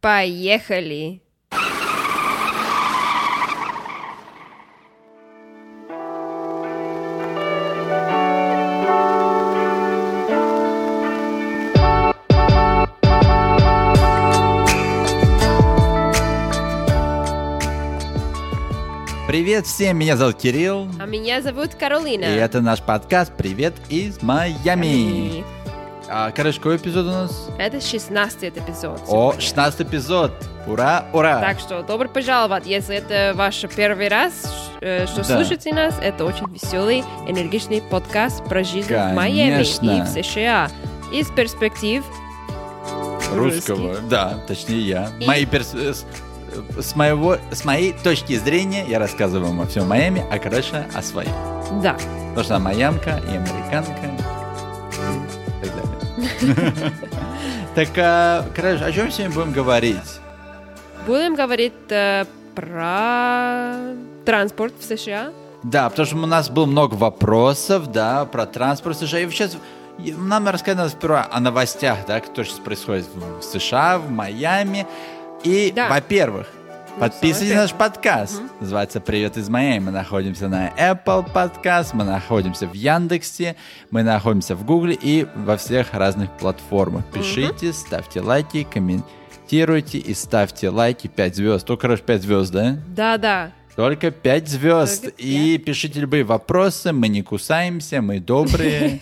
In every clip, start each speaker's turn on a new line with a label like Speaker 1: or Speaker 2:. Speaker 1: Поехали!
Speaker 2: Привет всем, меня зовут Кирилл.
Speaker 1: А меня зовут Каролина.
Speaker 2: И это наш подкаст «Привет из Майами». А, короче, какой эпизод у нас?
Speaker 1: Это 16 эпизод.
Speaker 2: О,
Speaker 1: сегодня.
Speaker 2: 16 эпизод. Ура, ура.
Speaker 1: Так что, добро пожаловать, если это ваш первый раз, э, что
Speaker 2: Да.
Speaker 1: слушаете нас. Это очень веселый, энергичный подкаст про жизнь в Майами и
Speaker 2: Конечно.
Speaker 1: в США. Из перспектив
Speaker 2: Русского. Да, точнее я.
Speaker 1: И-
Speaker 2: Мои перс- э, с- э, С, моего, с моей точки зрения я рассказываю вам о всем Майами, а короче о своей.
Speaker 1: Да.
Speaker 2: Потому что она майянка и американка и так далее. Так, а, короче, о чем сегодня будем говорить?
Speaker 1: Будем говорить э, про транспорт в США.
Speaker 2: Да, потому что у нас было много вопросов, да, про транспорт США. И сейчас нам рассказать сперва о новостях, да, что сейчас происходит в в США, в Майами. И,
Speaker 1: Да.
Speaker 2: во-первых, подписывайтесь
Speaker 1: самое
Speaker 2: на наш подкаст. Называется «Привет из Майами». Мы находимся на Apple Podcast, мы находимся в Яндексе, мы находимся в Гугле и во всех разных платформах. Пишите, ставьте лайки, комментируйте и ставьте лайки 5 звезд. Только, короче, 5 звезд, да?
Speaker 1: Да-да.
Speaker 2: Только пять звезд.
Speaker 1: Только
Speaker 2: и пишите любые вопросы. Мы не кусаемся, мы добрые.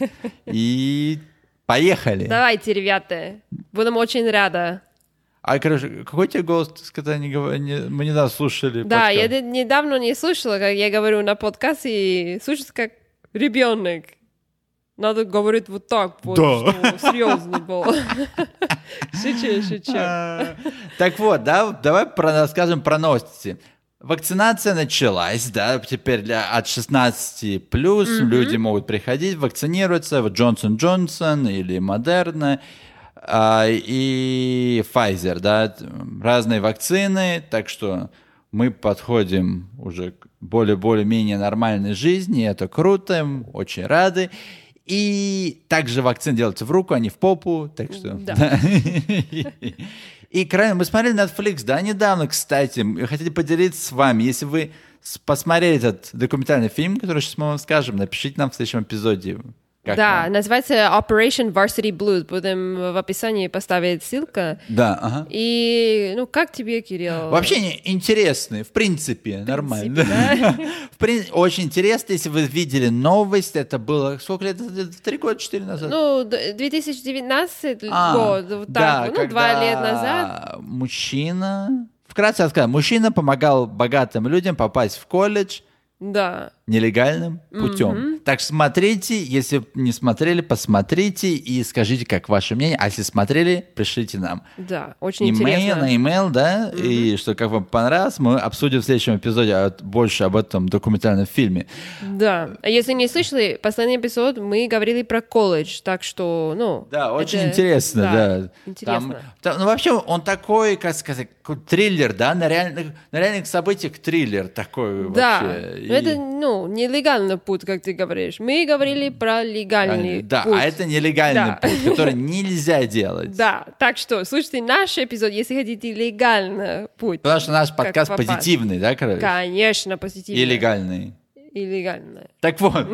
Speaker 2: И поехали.
Speaker 1: Давайте, ребята. Будем очень рада.
Speaker 2: А, короче, какой тебе голос, ты сказал, не говор- не- мы недавно слушали.
Speaker 1: Да,
Speaker 2: подкаст.
Speaker 1: я д- недавно не слышала, как я говорю на подкасте, и слушается как ребенок. Надо говорить вот так, вот,
Speaker 2: Да.
Speaker 1: что серьезно было. Шучу, шучу.
Speaker 2: А, Так вот, да, давай про- расскажем про новости. Вакцинация началась, да, теперь для, от 16 плюс люди могут приходить, вакцинироваться, вот Джонсон Джонсон или Модерна а, и Pfizer, да, т- разные вакцины, так что мы подходим уже к более-более-менее нормальной жизни, это круто, м, очень рады. И также вакцины делаются в руку, а не в попу, так что...
Speaker 1: Да.
Speaker 2: И крайне мы смотрели Netflix, да, недавно, кстати, мы хотели поделиться с вами, если вы с- посмотрели этот документальный фильм, который сейчас мы вам скажем, напишите нам в следующем эпизоде. как
Speaker 1: Да,
Speaker 2: вам.
Speaker 1: называется Operation Varsity Blues. Будем в описании поставить ссылка.
Speaker 2: Да, ага.
Speaker 1: И, ну, как тебе, Кирилл?
Speaker 2: Вообще не, интересный, в принципе, нормально. В прин- Очень интересно, если вы видели новость, это было сколько лет? Три года, четыре назад?
Speaker 1: Ну, д- 2019
Speaker 2: А,
Speaker 1: год, вот так, вот, ну, два
Speaker 2: когда
Speaker 1: лет назад.
Speaker 2: Мужчина... Вкратце расскажу. Мужчина помогал богатым людям попасть в колледж,
Speaker 1: Да.
Speaker 2: нелегальным путем. Так что смотрите, если не смотрели, посмотрите и скажите, как ваше мнение. А если смотрели, пришлите нам.
Speaker 1: Да, очень
Speaker 2: Имейл
Speaker 1: интересно.
Speaker 2: на имейл, да, и что как вам понравилось, мы обсудим в следующем эпизоде а, больше об этом документальном фильме.
Speaker 1: Да. А если не слышали, последний эпизод мы говорили про колледж, так что, ну...
Speaker 2: Да, очень
Speaker 1: это-
Speaker 2: интересно, да. Там-
Speaker 1: Интересно.
Speaker 2: там, ну, вообще, он такой, как сказать, какой триллер, да, на реальных, на реальных событиях триллер такой
Speaker 1: Да,
Speaker 2: вообще. И-
Speaker 1: но это, ну, нелегальный путь, как ты говоришь. Мы говорили про легальный
Speaker 2: Да,
Speaker 1: путь.
Speaker 2: а это нелегальный
Speaker 1: Да.
Speaker 2: путь, который нельзя делать.
Speaker 1: Да, так что, слушайте наш эпизод, если хотите легальный путь.
Speaker 2: Потому что наш
Speaker 1: Как
Speaker 2: подкаст
Speaker 1: попасть.
Speaker 2: позитивный, да, короче?
Speaker 1: Конечно, позитивно.
Speaker 2: И легальный.
Speaker 1: И легально.
Speaker 2: Так вот,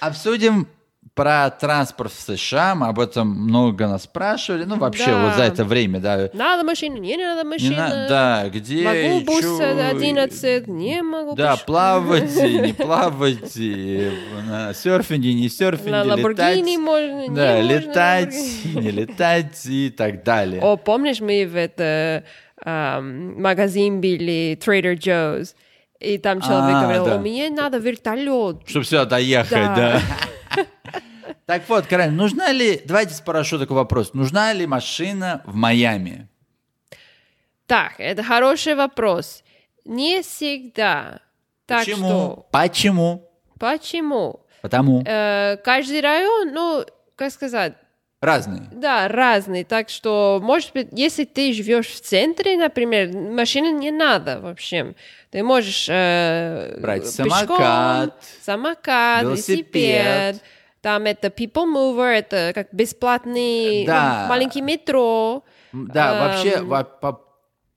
Speaker 2: обсудим про транспорт в США. Мы об этом много нас спрашивали. Ну, вообще,
Speaker 1: Да.
Speaker 2: вот за это время, да.
Speaker 1: Надо машину, не надо
Speaker 2: Не
Speaker 1: машину.
Speaker 2: на- да, где
Speaker 1: Могу бус
Speaker 2: чё-
Speaker 1: 11, не могу
Speaker 2: Да,
Speaker 1: пеш-
Speaker 2: плавать, и не плавать, и на серфинге, не серфинге,
Speaker 1: На Ламборгини
Speaker 2: летать.
Speaker 1: можно, не
Speaker 2: Да,
Speaker 1: можно на
Speaker 2: летать,
Speaker 1: Lamborghini.
Speaker 2: не летать и так далее.
Speaker 1: О, помнишь, мы в это ам, магазин были Trader Joe's, и там человек
Speaker 2: А,
Speaker 1: говорил,
Speaker 2: да.
Speaker 1: у меня надо вертолет.
Speaker 2: Чтобы сюда доехать, да.
Speaker 1: Да.
Speaker 2: Так вот, Кароль, нужна ли... Давайте спрошу такой вопрос. Нужна ли машина в Майами?
Speaker 1: Так, это хороший вопрос. Не всегда. Так
Speaker 2: Почему?
Speaker 1: что,
Speaker 2: Почему?
Speaker 1: почему?
Speaker 2: Потому
Speaker 1: Э, каждый район, ну, как сказать,
Speaker 2: разные.
Speaker 1: Да, разные. Так что, может быть, если ты живешь в центре, например, машины не надо вообще. Ты можешь э,
Speaker 2: Брать
Speaker 1: пешком,
Speaker 2: самокат,
Speaker 1: самокат,
Speaker 2: велосипед.
Speaker 1: велосипед. Там это people mover, это как бесплатный
Speaker 2: Да.
Speaker 1: ну, маленький метро.
Speaker 2: Да,
Speaker 1: Эм,
Speaker 2: вообще во- по-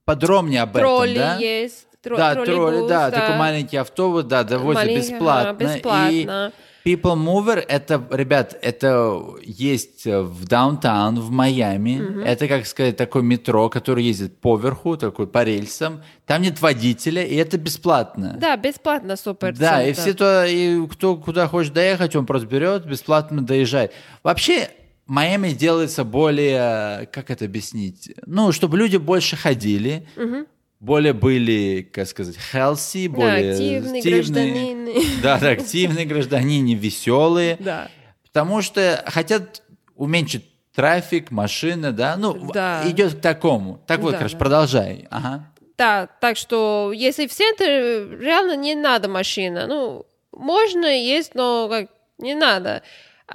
Speaker 2: подробнее об
Speaker 1: тролли
Speaker 2: этом, да?
Speaker 1: есть, тро-
Speaker 2: да, тролли,
Speaker 1: троллейбус,
Speaker 2: да, такой маленький автобус, да, довозят
Speaker 1: Маленький,
Speaker 2: бесплатно.
Speaker 1: ага, бесплатно.
Speaker 2: И People Mover, это, ребят, это есть э, в даунтаун, в Майами. Это, как сказать, такое метро, которое ездит поверху, такой по рельсам. Там нет водителя, и это бесплатно.
Speaker 1: Да, бесплатно супер.
Speaker 2: Да, и все то, и кто куда хочет доехать, он просто берет, бесплатно доезжает. Вообще, Майами делается более, как это объяснить? Ну, чтобы люди больше ходили, более были, как сказать, healthy, более
Speaker 1: активные гражданины.
Speaker 2: Да, да, активные гражданины, веселые.
Speaker 1: Да.
Speaker 2: Потому что хотят уменьшить трафик, машины, да, ну, в-
Speaker 1: Да.
Speaker 2: идет к такому. Так вот,
Speaker 1: Да,
Speaker 2: короче,
Speaker 1: да.
Speaker 2: продолжай. Ага.
Speaker 1: Да, так что если в центре реально не надо машина, ну можно есть, но как не надо.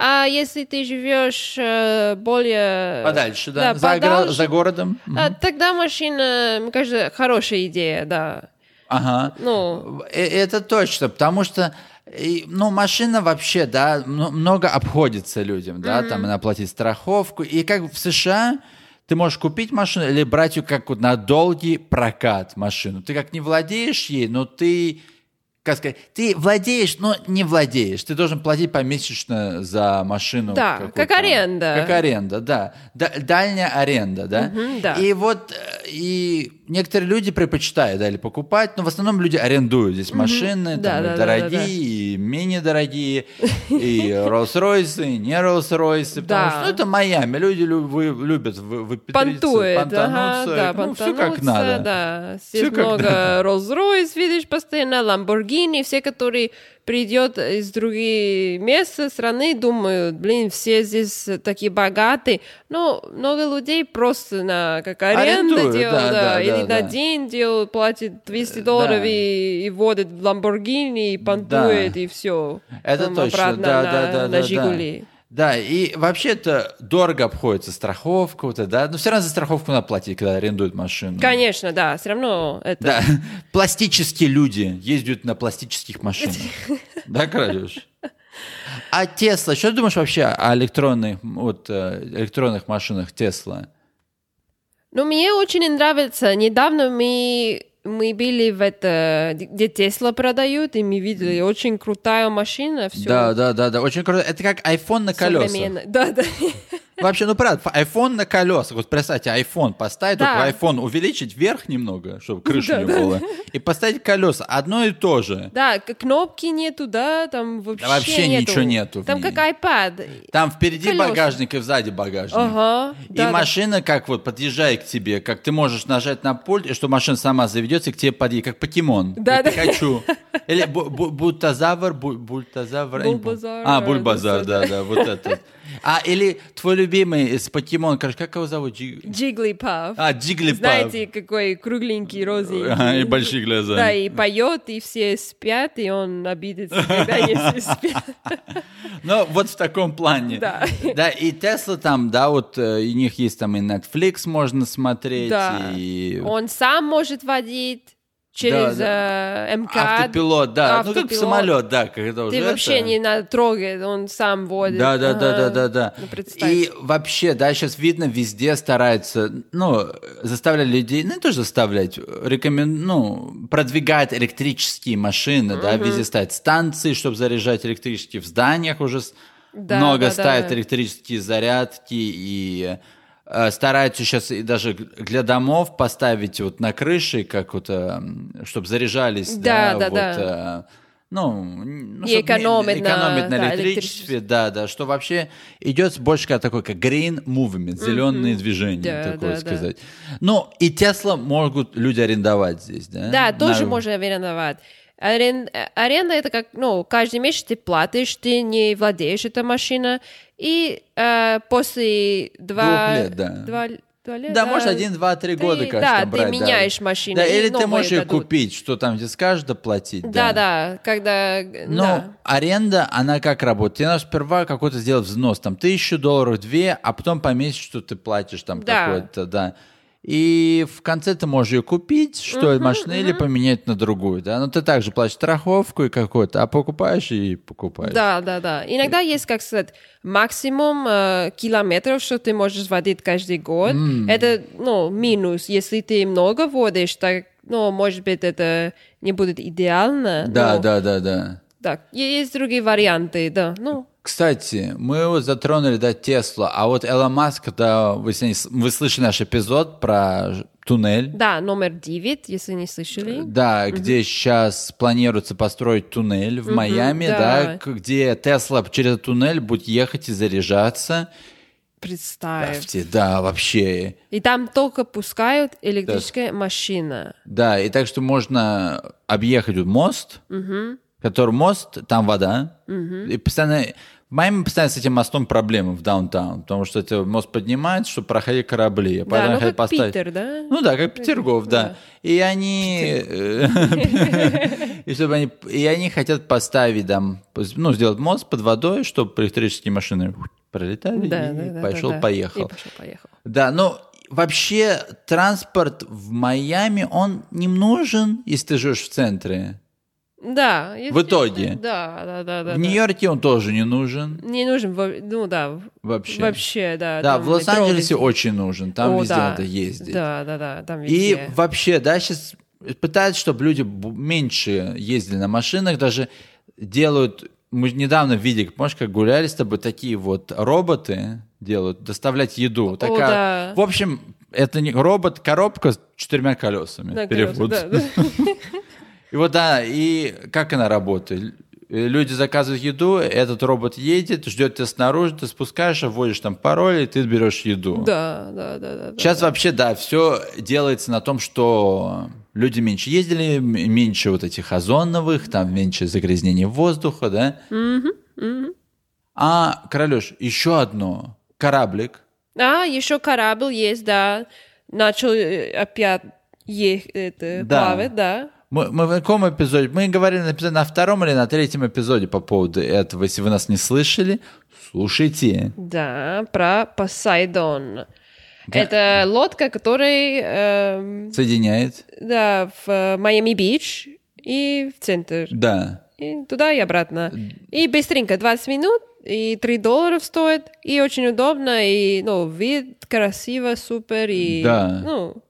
Speaker 1: А если ты живешь э, более
Speaker 2: Подальше, да,
Speaker 1: да,
Speaker 2: за, гра-
Speaker 1: подальше.
Speaker 2: за городом. Мгм.
Speaker 1: А, тогда машина, мне кажется, хорошая идея, да.
Speaker 2: Ага.
Speaker 1: Ну,
Speaker 2: Э, Это точно, потому что и, ну, машина вообще, да, мно- много обходится людям, да, там надо платить страховку. И как в США ты можешь купить машину или брать ее как вот на долгий прокат машину. Ты как не владеешь ей, но ты, как сказать, ты владеешь, но не владеешь. Ты должен платить помесячно за машину.
Speaker 1: Да,
Speaker 2: какую-то.
Speaker 1: как аренда.
Speaker 2: Как аренда, да. Да- Дальняя аренда, да.
Speaker 1: Мгм, да.
Speaker 2: И и вот э, и некоторые люди предпочитают, да, или покупать, но в основном люди арендуют здесь машины, там,
Speaker 1: Да,
Speaker 2: и
Speaker 1: да, да,
Speaker 2: дорогие,
Speaker 1: да, да.
Speaker 2: и менее дорогие, и Rolls-Royce, и не Rolls-Royce, потому
Speaker 1: Да.
Speaker 2: что ну, это Майами, люди лю- вы- любят вы- выпендриться,
Speaker 1: понтует, ага,
Speaker 2: понтануться,
Speaker 1: да,
Speaker 2: ну, все как
Speaker 1: понтануться,
Speaker 2: надо.
Speaker 1: да.
Speaker 2: Всё
Speaker 1: Здесь
Speaker 2: как
Speaker 1: много Rolls-Royce, видишь, постоянно, Lamborghini, все, которые придет из других мест, страны, думают, блин, все здесь такие богатые. Но много людей просто на как аренду
Speaker 2: Арендуют,
Speaker 1: делают,
Speaker 2: да,
Speaker 1: да,
Speaker 2: да,
Speaker 1: или
Speaker 2: да,
Speaker 1: на
Speaker 2: да.
Speaker 1: день делают, платят 200 долларов
Speaker 2: да.
Speaker 1: и, и водят Lamborghini, и понтует, и все.
Speaker 2: Это точно, да, да, да, да,
Speaker 1: на
Speaker 2: да.
Speaker 1: Жигули.
Speaker 2: Да, и вообще-то дорого обходится страховка, вот это, да, но все равно за страховку надо платить, когда арендуют машину.
Speaker 1: Конечно, да, все равно это
Speaker 2: Да, пластические люди ездят на пластических машинах. Да, Крадюш? А Тесла, что ты думаешь вообще о электронных, вот, э, электронных машинах Тесла?
Speaker 1: Но Ну, мне очень нравится. Недавно мы мы были в это, где Тесла продают, и мы видели очень крутая машина, все.
Speaker 2: Да, да, да, да, очень круто. Это как iPhone на колесах.
Speaker 1: Да, да.
Speaker 2: Вообще, ну правда, iPhone на колесах. Вот представьте, iPhone поставить,
Speaker 1: Да.
Speaker 2: только iPhone увеличить вверх немного, чтобы крыши
Speaker 1: Да,
Speaker 2: не
Speaker 1: да.
Speaker 2: было, и поставить колеса. Одно и то же.
Speaker 1: Да, к- кнопки нету, да, там вообще
Speaker 2: Да вообще
Speaker 1: нету.
Speaker 2: ничего нету в
Speaker 1: Там
Speaker 2: ней.
Speaker 1: как iPad.
Speaker 2: Там впереди
Speaker 1: Колеса.
Speaker 2: багажник и сзади багажник.
Speaker 1: Ага.
Speaker 2: И
Speaker 1: да, да.
Speaker 2: машина как вот подъезжает к тебе, как ты можешь нажать на пульт, и что машина сама заведется и к тебе подъедет, как покемон.
Speaker 1: Да,
Speaker 2: как
Speaker 1: да.
Speaker 2: Пикачу. Или бу- бу- бутазавр, бу- бультазавр. я не помню.
Speaker 1: Бульбазар,
Speaker 2: А, бульбазар,
Speaker 1: да,
Speaker 2: да, да, вот этот. А, или твой любимый из покемон, короче, как его зовут? Джи-
Speaker 1: Jigglypuff.
Speaker 2: А, Джиглипа.
Speaker 1: Знаете, какой кругленький, розовенький.
Speaker 2: И большие глаза.
Speaker 1: Да, и поет, и все спят, и он обидится, когда они все спят.
Speaker 2: Ну, вот в таком плане.
Speaker 1: Да.
Speaker 2: Да, и Тесла там, да, вот э, у них есть там и Netflix можно смотреть,
Speaker 1: Да.
Speaker 2: и
Speaker 1: Он сам может водить через э, МКАД.
Speaker 2: автопилот, да. Ну, как
Speaker 1: автопилот.
Speaker 2: самолет, да, когда уже
Speaker 1: Ты вообще
Speaker 2: типа, это-
Speaker 1: не надо трогать, он сам водит.
Speaker 2: Да, да, да,
Speaker 1: Ага.
Speaker 2: да, да,
Speaker 1: Ну,
Speaker 2: да.
Speaker 1: представь.
Speaker 2: И вообще, да, сейчас видно, везде стараются, ну, заставлять людей, ну, не то что заставлять, рекомен... ну, продвигать электрические машины, да, везде ставят станции, чтобы заряжать электрические в зданиях уже с-
Speaker 1: Да,
Speaker 2: много
Speaker 1: да, да,
Speaker 2: ставят
Speaker 1: да.
Speaker 2: электрические зарядки и э, стараются сейчас и даже для домов поставить вот на крыше, как вот, чтобы заряжались, да,
Speaker 1: Да, да,
Speaker 2: вот,
Speaker 1: да.
Speaker 2: э, ну, н- ну,
Speaker 1: И
Speaker 2: чтоб не-
Speaker 1: экономит на-
Speaker 2: экономит на
Speaker 1: да,
Speaker 2: электричестве, да, да, что вообще идет больше как такой как green movement, зеленые движения,
Speaker 1: Да,
Speaker 2: такое
Speaker 1: да, да.
Speaker 2: сказать. Ну и Тесла могут люди арендовать здесь, да?
Speaker 1: Да, тоже
Speaker 2: На-
Speaker 1: можно арендовать. Арен- э, Аренда это как, ну, каждый месяц ты платишь, ты не владеешь этой машиной, и э, после два...
Speaker 2: Двух лет, да.
Speaker 1: Два, л- два лет,
Speaker 2: Да, может, один, два, три
Speaker 1: Ты-
Speaker 2: года, конечно,
Speaker 1: да,
Speaker 2: там
Speaker 1: ты
Speaker 2: брать,
Speaker 1: меняешь машину,
Speaker 2: Да,
Speaker 1: и
Speaker 2: или ты
Speaker 1: новые
Speaker 2: можешь ее
Speaker 1: дадут.
Speaker 2: купить, что там тебе скажешь, доплатить.
Speaker 1: Да, да, когда... э,
Speaker 2: Но
Speaker 1: да.
Speaker 2: аренда, она как работает? Тебе надо сперва какой-то сделать взнос, там, тысячу долларов, две, а потом по месяцу ты платишь там
Speaker 1: Да.
Speaker 2: какой-то, да. и в конце ты можешь ее купить, что ли, машину, или поменять на другую, да. Но ты также платишь страховку и какую-то, а покупаешь и покупаешь.
Speaker 1: Да, да, да. Иногда есть, как сказать, максимум э, километров, что ты можешь водить каждый год. Это, ну, минус. Если ты много водишь, так, ну, может быть, это не будет идеально.
Speaker 2: Да,
Speaker 1: но-
Speaker 2: да, да, да.
Speaker 1: Так, е- есть другие варианты, да. Ну,
Speaker 2: Кстати, мы его затронули, да, Тесла, а вот Элон Маск, да, вы, с ней с- вы слышали наш эпизод про ж- туннель,
Speaker 1: да, номер 9, если не слышали.
Speaker 2: да, где сейчас планируется построить туннель в Майами,
Speaker 1: да.
Speaker 2: да, к- где Тесла через этот туннель будет ехать и заряжаться.
Speaker 1: Представь.
Speaker 2: Рафти, Да, вообще.
Speaker 1: И там только пускают электрическая машина.
Speaker 2: Да, и так что можно объехать вот мост, который мост, там вода. И постоянно... В Майами постоянно с этим мостом проблемы в даунтаун, потому что этот мост поднимает, чтобы проходили корабли.
Speaker 1: Да,
Speaker 2: Поэтому
Speaker 1: ну
Speaker 2: хотят
Speaker 1: как Питер, да?
Speaker 2: Ну да, как Петергоф, да. И они... э, И чтобы они... И они хотят поставить там... Ну, сделать мост под водой, чтобы электрические машины пролетали
Speaker 1: Да, да,
Speaker 2: и
Speaker 1: да, да, да.
Speaker 2: пошел-поехал.
Speaker 1: И пошел-поехал.
Speaker 2: Да, ну вообще транспорт в Майами, он не нужен, если ты живешь в центре.
Speaker 1: Да. если
Speaker 2: В итоге.
Speaker 1: честно, Да, да, да, да.
Speaker 2: в
Speaker 1: да.
Speaker 2: Нью-Йорке он тоже не нужен
Speaker 1: Не нужен, во- ну да, в-
Speaker 2: вообще.
Speaker 1: вообще, да.
Speaker 2: Да,
Speaker 1: там
Speaker 2: в
Speaker 1: метро
Speaker 2: Лос-Анджелесе
Speaker 1: везде.
Speaker 2: очень нужен, там
Speaker 1: О,
Speaker 2: везде
Speaker 1: да.
Speaker 2: надо ездить.
Speaker 1: Да, да, да, там
Speaker 2: И
Speaker 1: везде.
Speaker 2: вообще, да, сейчас пытаются, чтобы люди бу- меньше ездили на машинах, даже делают... Мы недавно видели, помнишь, как гуляли с тобой, такие вот роботы делают, доставлять еду. Такая...
Speaker 1: да.
Speaker 2: В общем, это не робот, коробка с четырьмя колесами.
Speaker 1: Да,
Speaker 2: Перевод.
Speaker 1: короче, да, да.
Speaker 2: И вот да, и как она работает? Э, Люди заказывают еду, этот робот едет, ждет тебя снаружи, ты спускаешь, вводишь там пароль, и ты берешь еду.
Speaker 1: Да, да, да, да, да.
Speaker 2: Сейчас вообще, да, все делается на том, что люди меньше ездили, м- меньше вот этих озоновых, там меньше загрязнений воздуха, да? А, Королёш, еще одно. Кораблик.
Speaker 1: А, еще корабль есть, да. Начал э, опять ех- это,
Speaker 2: Да.
Speaker 1: плавать, да.
Speaker 2: Мы, мы в каком эпизоде? Мы говорили на, эпизоде- на втором или на третьем эпизоде по поводу этого. Если вы нас не слышали, слушайте.
Speaker 1: Да, про Посейдон. Это лодка, которая эм,
Speaker 2: Соединяет.
Speaker 1: да, в э, Майами-Бич и в центр.
Speaker 2: Да.
Speaker 1: И туда и обратно. И быстренько, 20 минут, и 3 доллара стоит, и очень удобно, и, ну, вид красиво, супер, и,
Speaker 2: Да.
Speaker 1: ну,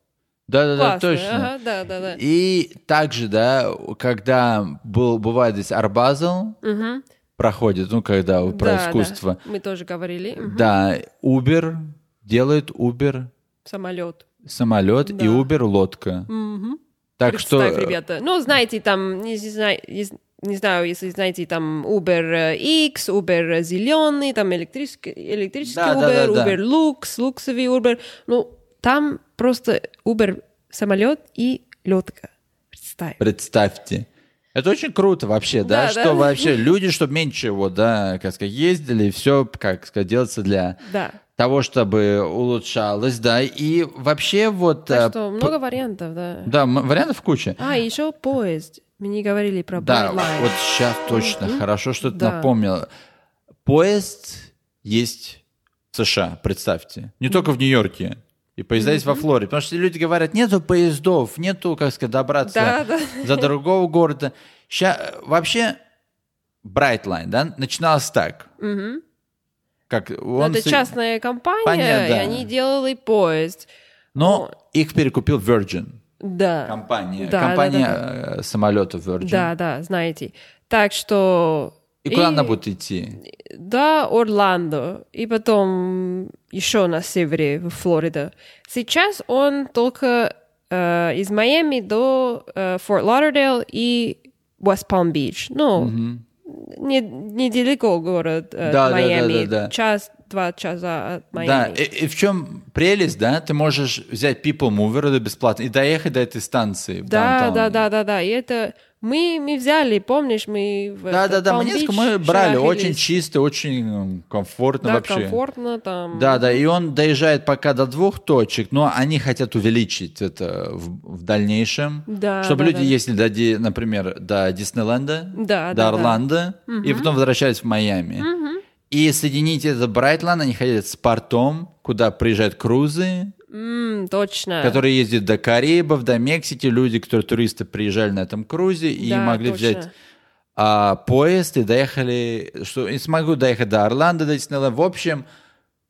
Speaker 2: Да, да, да,
Speaker 1: классно.
Speaker 2: точно.
Speaker 1: Ага, да, да, да.
Speaker 2: И также, да, когда был, бывает здесь Арбазл,
Speaker 1: Мгм.
Speaker 2: проходит, ну, когда вот про
Speaker 1: Да, да.
Speaker 2: искусство.
Speaker 1: Мы тоже говорили. Мгм.
Speaker 2: Да, Uber делает Uber
Speaker 1: Самолет.
Speaker 2: самолет
Speaker 1: Да.
Speaker 2: и Uber лодка. Так что э,
Speaker 1: Представь, ребята. Ну, знаете, там, не, зна- из- не знаю, если знаете, там Uber э, X, Uber зеленый, там электрический, электрический
Speaker 2: Да,
Speaker 1: Uber,
Speaker 2: да, да, да.
Speaker 1: Uber Lux, луксовый Uber. Ну, там просто Uber самолет и лодка. Представь.
Speaker 2: представьте. Это очень круто вообще, да,
Speaker 1: Да,
Speaker 2: что
Speaker 1: да.
Speaker 2: вообще люди, чтобы меньше вот, да, как сказать, ездили, и все, как сказать, делается для
Speaker 1: Да.
Speaker 2: того, чтобы улучшалось, да, и вообще вот...
Speaker 1: Так
Speaker 2: э,
Speaker 1: что много вариантов, да.
Speaker 2: Да, м- вариантов куча.
Speaker 1: А, еще поезд. Мы не говорили про
Speaker 2: Да,
Speaker 1: Bright Line.
Speaker 2: вот сейчас точно. Хорошо, что ты
Speaker 1: Да.
Speaker 2: напомнила. Поезд есть в США, представьте. Не только в Нью-Йорке. И поезда есть во Флориде. Потому что люди говорят, нету поездов, нету, как сказать, добраться
Speaker 1: Да, да.
Speaker 2: за другого города. Ща, э, вообще, Брайтлайн, да, начиналось так.
Speaker 1: Мгм.
Speaker 2: Как
Speaker 1: Но
Speaker 2: он
Speaker 1: Ну, это
Speaker 2: с-
Speaker 1: частная компания,
Speaker 2: Понятно.
Speaker 1: и они делали поезд.
Speaker 2: Но их перекупил Virgin.
Speaker 1: Да.
Speaker 2: Компания.
Speaker 1: ну, Да, да,
Speaker 2: компания
Speaker 1: да,
Speaker 2: э, самолетов Virgin.
Speaker 1: Да, да, знаете. Так что...
Speaker 2: И куда она будет идти?
Speaker 1: Да, Орландо. И потом еще на севере, в Флорида. Сейчас он только э, из Майами до э, Форт Лодердейл и Уэст-Палм-Бич. Ну, не- недалеко город э,
Speaker 2: Да, да, да,
Speaker 1: Майами.
Speaker 2: да, да.
Speaker 1: Час, два часа от Майами.
Speaker 2: Да, э, и, и в чем прелесть, да? Ты можешь взять People Mover это бесплатно и доехать до этой станции. в
Speaker 1: Да,
Speaker 2: даунтауне.
Speaker 1: да, да, да, да. И это мы, мы взяли, помнишь, мы в
Speaker 2: Да,
Speaker 1: это,
Speaker 2: да, да. Мы
Speaker 1: Palm
Speaker 2: несколько
Speaker 1: Beach
Speaker 2: мы брали. Очень
Speaker 1: шарахались.
Speaker 2: чисто, очень м, комфортно
Speaker 1: да,
Speaker 2: вообще.
Speaker 1: комфортно там.
Speaker 2: Да, да, и он доезжает пока до двух точек, но они хотят увеличить это в, в дальнейшем,
Speaker 1: Да,
Speaker 2: чтобы
Speaker 1: да,
Speaker 2: люди
Speaker 1: да.
Speaker 2: ездили, до, Ди- например, до Диснейленда,
Speaker 1: Да,
Speaker 2: до
Speaker 1: да, да.
Speaker 2: Орландо, и потом возвращались в Майами. И соединить это Брайтланд, они ходят с портом, куда приезжают крузы,
Speaker 1: М, точно.
Speaker 2: который ездит до Карибов, до Мексики, люди, которые туристы приезжали на этом крузе и
Speaker 1: Да,
Speaker 2: могли
Speaker 1: точно.
Speaker 2: взять а, поезд и доехали, что и смогу доехать до Орландо, до Диснейленда. В общем,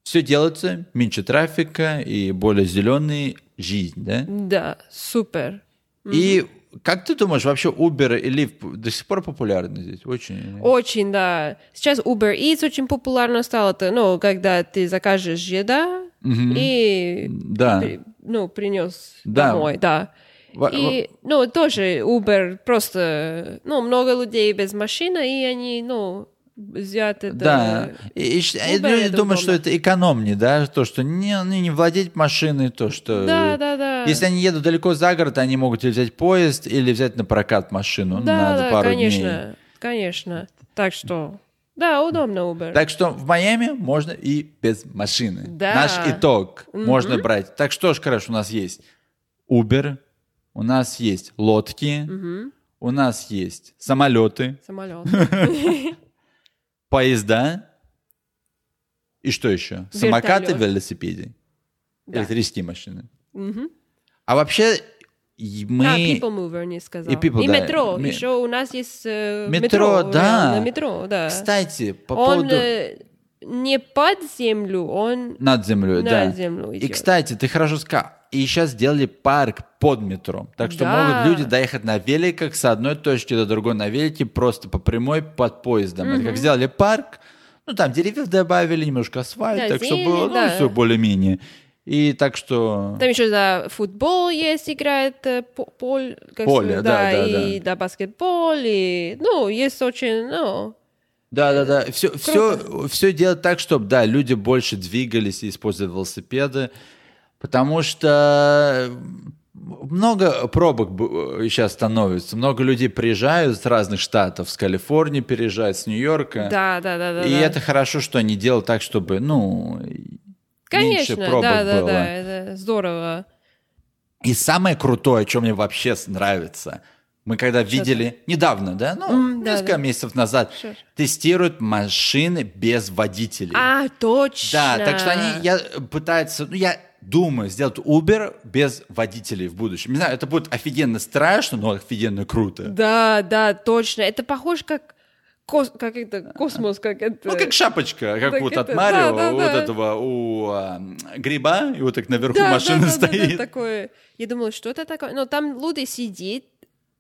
Speaker 2: все делается, меньше трафика и более зеленый жизнь, да?
Speaker 1: Да, супер.
Speaker 2: И как ты думаешь, вообще Uber и Lyft до сих пор популярны здесь? Очень.
Speaker 1: Очень, да. Сейчас Uber Eats очень популярно стало. Ты, ну, когда ты закажешь еда и
Speaker 2: Да.
Speaker 1: при- ну, принес
Speaker 2: Да.
Speaker 1: домой, да.
Speaker 2: Во-
Speaker 1: И, ну, тоже Uber просто, ну, много людей без машины, и они, ну, взят это...
Speaker 2: Да, и, и щ- и
Speaker 1: Uber
Speaker 2: люди
Speaker 1: это
Speaker 2: думают,
Speaker 1: удобно.
Speaker 2: что это экономнее, да, то, что не, не не владеть машиной, то, что...
Speaker 1: Да, да, да.
Speaker 2: Э, Если они едут далеко за город, они могут или взять поезд, или взять на прокат машину
Speaker 1: да,
Speaker 2: на
Speaker 1: да,
Speaker 2: пару
Speaker 1: конечно,
Speaker 2: дней.
Speaker 1: конечно. Так что, да, удобно Uber.
Speaker 2: Так что в Майами можно и без машины.
Speaker 1: Да.
Speaker 2: Наш итог можно брать. Так что ж, короче, у нас есть Uber, у нас есть лодки, у нас есть самолеты,
Speaker 1: Самолет.
Speaker 2: поезда и что еще? Самокаты,
Speaker 1: Вертолет.
Speaker 2: велосипеды,
Speaker 1: Да.
Speaker 2: электрические машины.
Speaker 1: Мгм.
Speaker 2: А вообще и мы...
Speaker 1: А, People Mover не сказал.
Speaker 2: И People, да.
Speaker 1: метро.
Speaker 2: Ми-
Speaker 1: Еще у нас есть э,
Speaker 2: Метро,
Speaker 1: метро.
Speaker 2: да.
Speaker 1: реально, метро, да.
Speaker 2: Кстати, по
Speaker 1: он
Speaker 2: поводу...
Speaker 1: э, не под землю, он...
Speaker 2: Над землей,
Speaker 1: На
Speaker 2: да.
Speaker 1: землю
Speaker 2: И,
Speaker 1: идет.
Speaker 2: кстати, ты хорошо сказал. И сейчас сделали парк под метро. Так что
Speaker 1: Да.
Speaker 2: могут люди доехать на великах с одной точки до другой на велике просто по прямой под поездом. Это как сделали парк, ну там деревьев добавили, немножко асфальт,
Speaker 1: Да,
Speaker 2: так
Speaker 1: зелень,
Speaker 2: что было,
Speaker 1: да.
Speaker 2: ну все более-менее. И так что...
Speaker 1: Там еще, да, футбол есть, играет э, по- поль, как
Speaker 2: Поле,
Speaker 1: сказать,
Speaker 2: да, да,
Speaker 1: и, да, баскетбол, и, ну, есть очень, ну,
Speaker 2: Да, да, да. Все, все, все делать так, чтобы да, люди больше двигались и использовали велосипеды, потому что много пробок сейчас становится. Много людей приезжают с разных штатов, с Калифорнии переезжают, с Нью-Йорка.
Speaker 1: да, да, да, да.
Speaker 2: и
Speaker 1: да.
Speaker 2: это хорошо, что они делают так, чтобы, ну, меньше
Speaker 1: Конечно,
Speaker 2: пробок
Speaker 1: да, да,
Speaker 2: было.
Speaker 1: да, это здорово.
Speaker 2: И самое крутое, что мне вообще с- нравится, мы когда видели недавно, да, ну,
Speaker 1: М, да,
Speaker 2: несколько
Speaker 1: да.
Speaker 2: месяцев назад,
Speaker 1: Что ж.
Speaker 2: тестируют машины без водителей.
Speaker 1: А, точно.
Speaker 2: Да, так что они я, пытаются, ну я думаю, сделать Uber без водителей в будущем. Не знаю, это будет офигенно страшно, но офигенно круто.
Speaker 1: Да, да, точно. Это похоже как, кос- как это, космос, как это...
Speaker 2: Ну, как шапочка, как
Speaker 1: Так
Speaker 2: вот от
Speaker 1: это-
Speaker 2: Марио,
Speaker 1: да, да,
Speaker 2: вот
Speaker 1: да.
Speaker 2: этого у а, м, гриба, и вот так наверху
Speaker 1: да, да,
Speaker 2: машина
Speaker 1: да, да,
Speaker 2: стоит. Да,
Speaker 1: такое. Я думала, что это такое. Но там люди сидит.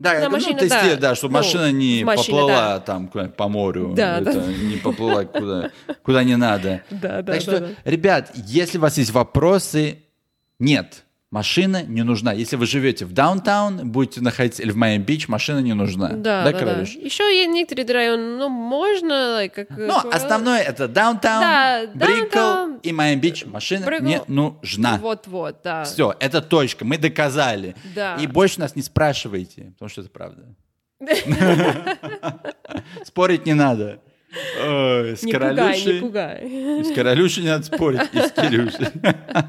Speaker 2: я
Speaker 1: На
Speaker 2: думаю,
Speaker 1: машине,
Speaker 2: тестируют,
Speaker 1: да.
Speaker 2: да, чтобы
Speaker 1: Ну,
Speaker 2: машина не
Speaker 1: в машине,
Speaker 2: поплыла там куда-нибудь по морю,
Speaker 1: Да,
Speaker 2: это,
Speaker 1: да.
Speaker 2: не поплыла куда, куда не надо.
Speaker 1: Да, да,
Speaker 2: так
Speaker 1: да,
Speaker 2: что,
Speaker 1: да.
Speaker 2: ребят, если у вас есть вопросы, нет, машина не нужна. Если вы живете в даунтаун, будете находиться или в Майами-Бич, машина не нужна.
Speaker 1: Да, да, да.
Speaker 2: королюш?
Speaker 1: Еще есть некоторые районы, ну, можно, like, как...
Speaker 2: Ну, основное это даунтаун,
Speaker 1: Да,
Speaker 2: Брикл
Speaker 1: даунтаун,
Speaker 2: и Майами-Бич. Машина
Speaker 1: Брикл.
Speaker 2: не нужна.
Speaker 1: Вот-вот, да.
Speaker 2: Все, это точка, мы доказали.
Speaker 1: Да.
Speaker 2: И больше нас не спрашивайте, потому что это правда. Спорить не надо. Ой, с
Speaker 1: Не пугай,
Speaker 2: королюшей.
Speaker 1: не пугай.
Speaker 2: С Королюшей не надо спорить, и с Кирюшей.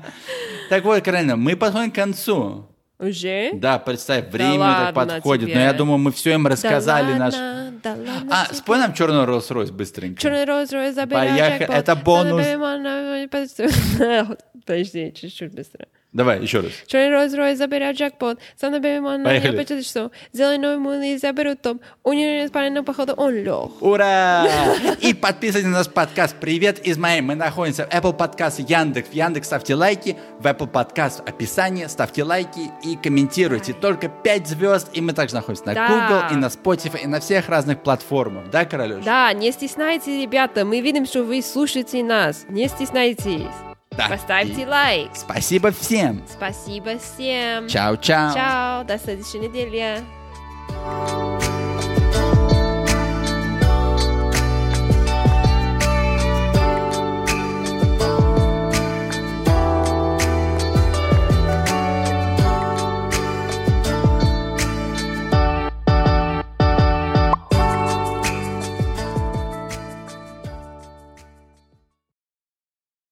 Speaker 2: Так вот, Каролина, мы подходим к концу.
Speaker 1: Уже?
Speaker 2: Да, представь, время так
Speaker 1: ладно
Speaker 2: подходит.
Speaker 1: тебе.
Speaker 2: Но я думаю, мы все им рассказали
Speaker 1: да
Speaker 2: наш...
Speaker 1: ладно, да ладно
Speaker 2: А,
Speaker 1: тебе.
Speaker 2: спой нам черный Роллс-Ройс быстренько.
Speaker 1: Черный роз, роз, забирай
Speaker 2: Поехали,
Speaker 1: джекпот.
Speaker 2: это бонус.
Speaker 1: Забирай- Подожди, чуть-чуть быстро.
Speaker 2: Давай, еще раз.
Speaker 1: Черный роз, роз, забирай джекпот. Сам на бэби мон, я
Speaker 2: Поехали.
Speaker 1: почти что. Зеленой мули заберут топ. У него нет парня, но походу он лег.
Speaker 2: Ура! И подписывайтесь на наш подкаст «Привет из Майами». Мы находимся в Apple Podcast, Яндекс. В Яндекс ставьте лайки, в Apple Podcast описание ставьте лайки и комментируйте. Только 5 звезд, и мы также находимся на
Speaker 1: Да.
Speaker 2: Google, и на Spotify, и на всех разных платформах. Да, Королюш?
Speaker 1: Да, не стесняйтесь, ребята, мы видим, что вы слушаете нас. Не стесняйтесь.
Speaker 2: Да.
Speaker 1: Поставьте
Speaker 2: И
Speaker 1: лайк.
Speaker 2: Спасибо всем!
Speaker 1: Спасибо всем.
Speaker 2: Чао-чао!
Speaker 1: Чао, до следующей недели.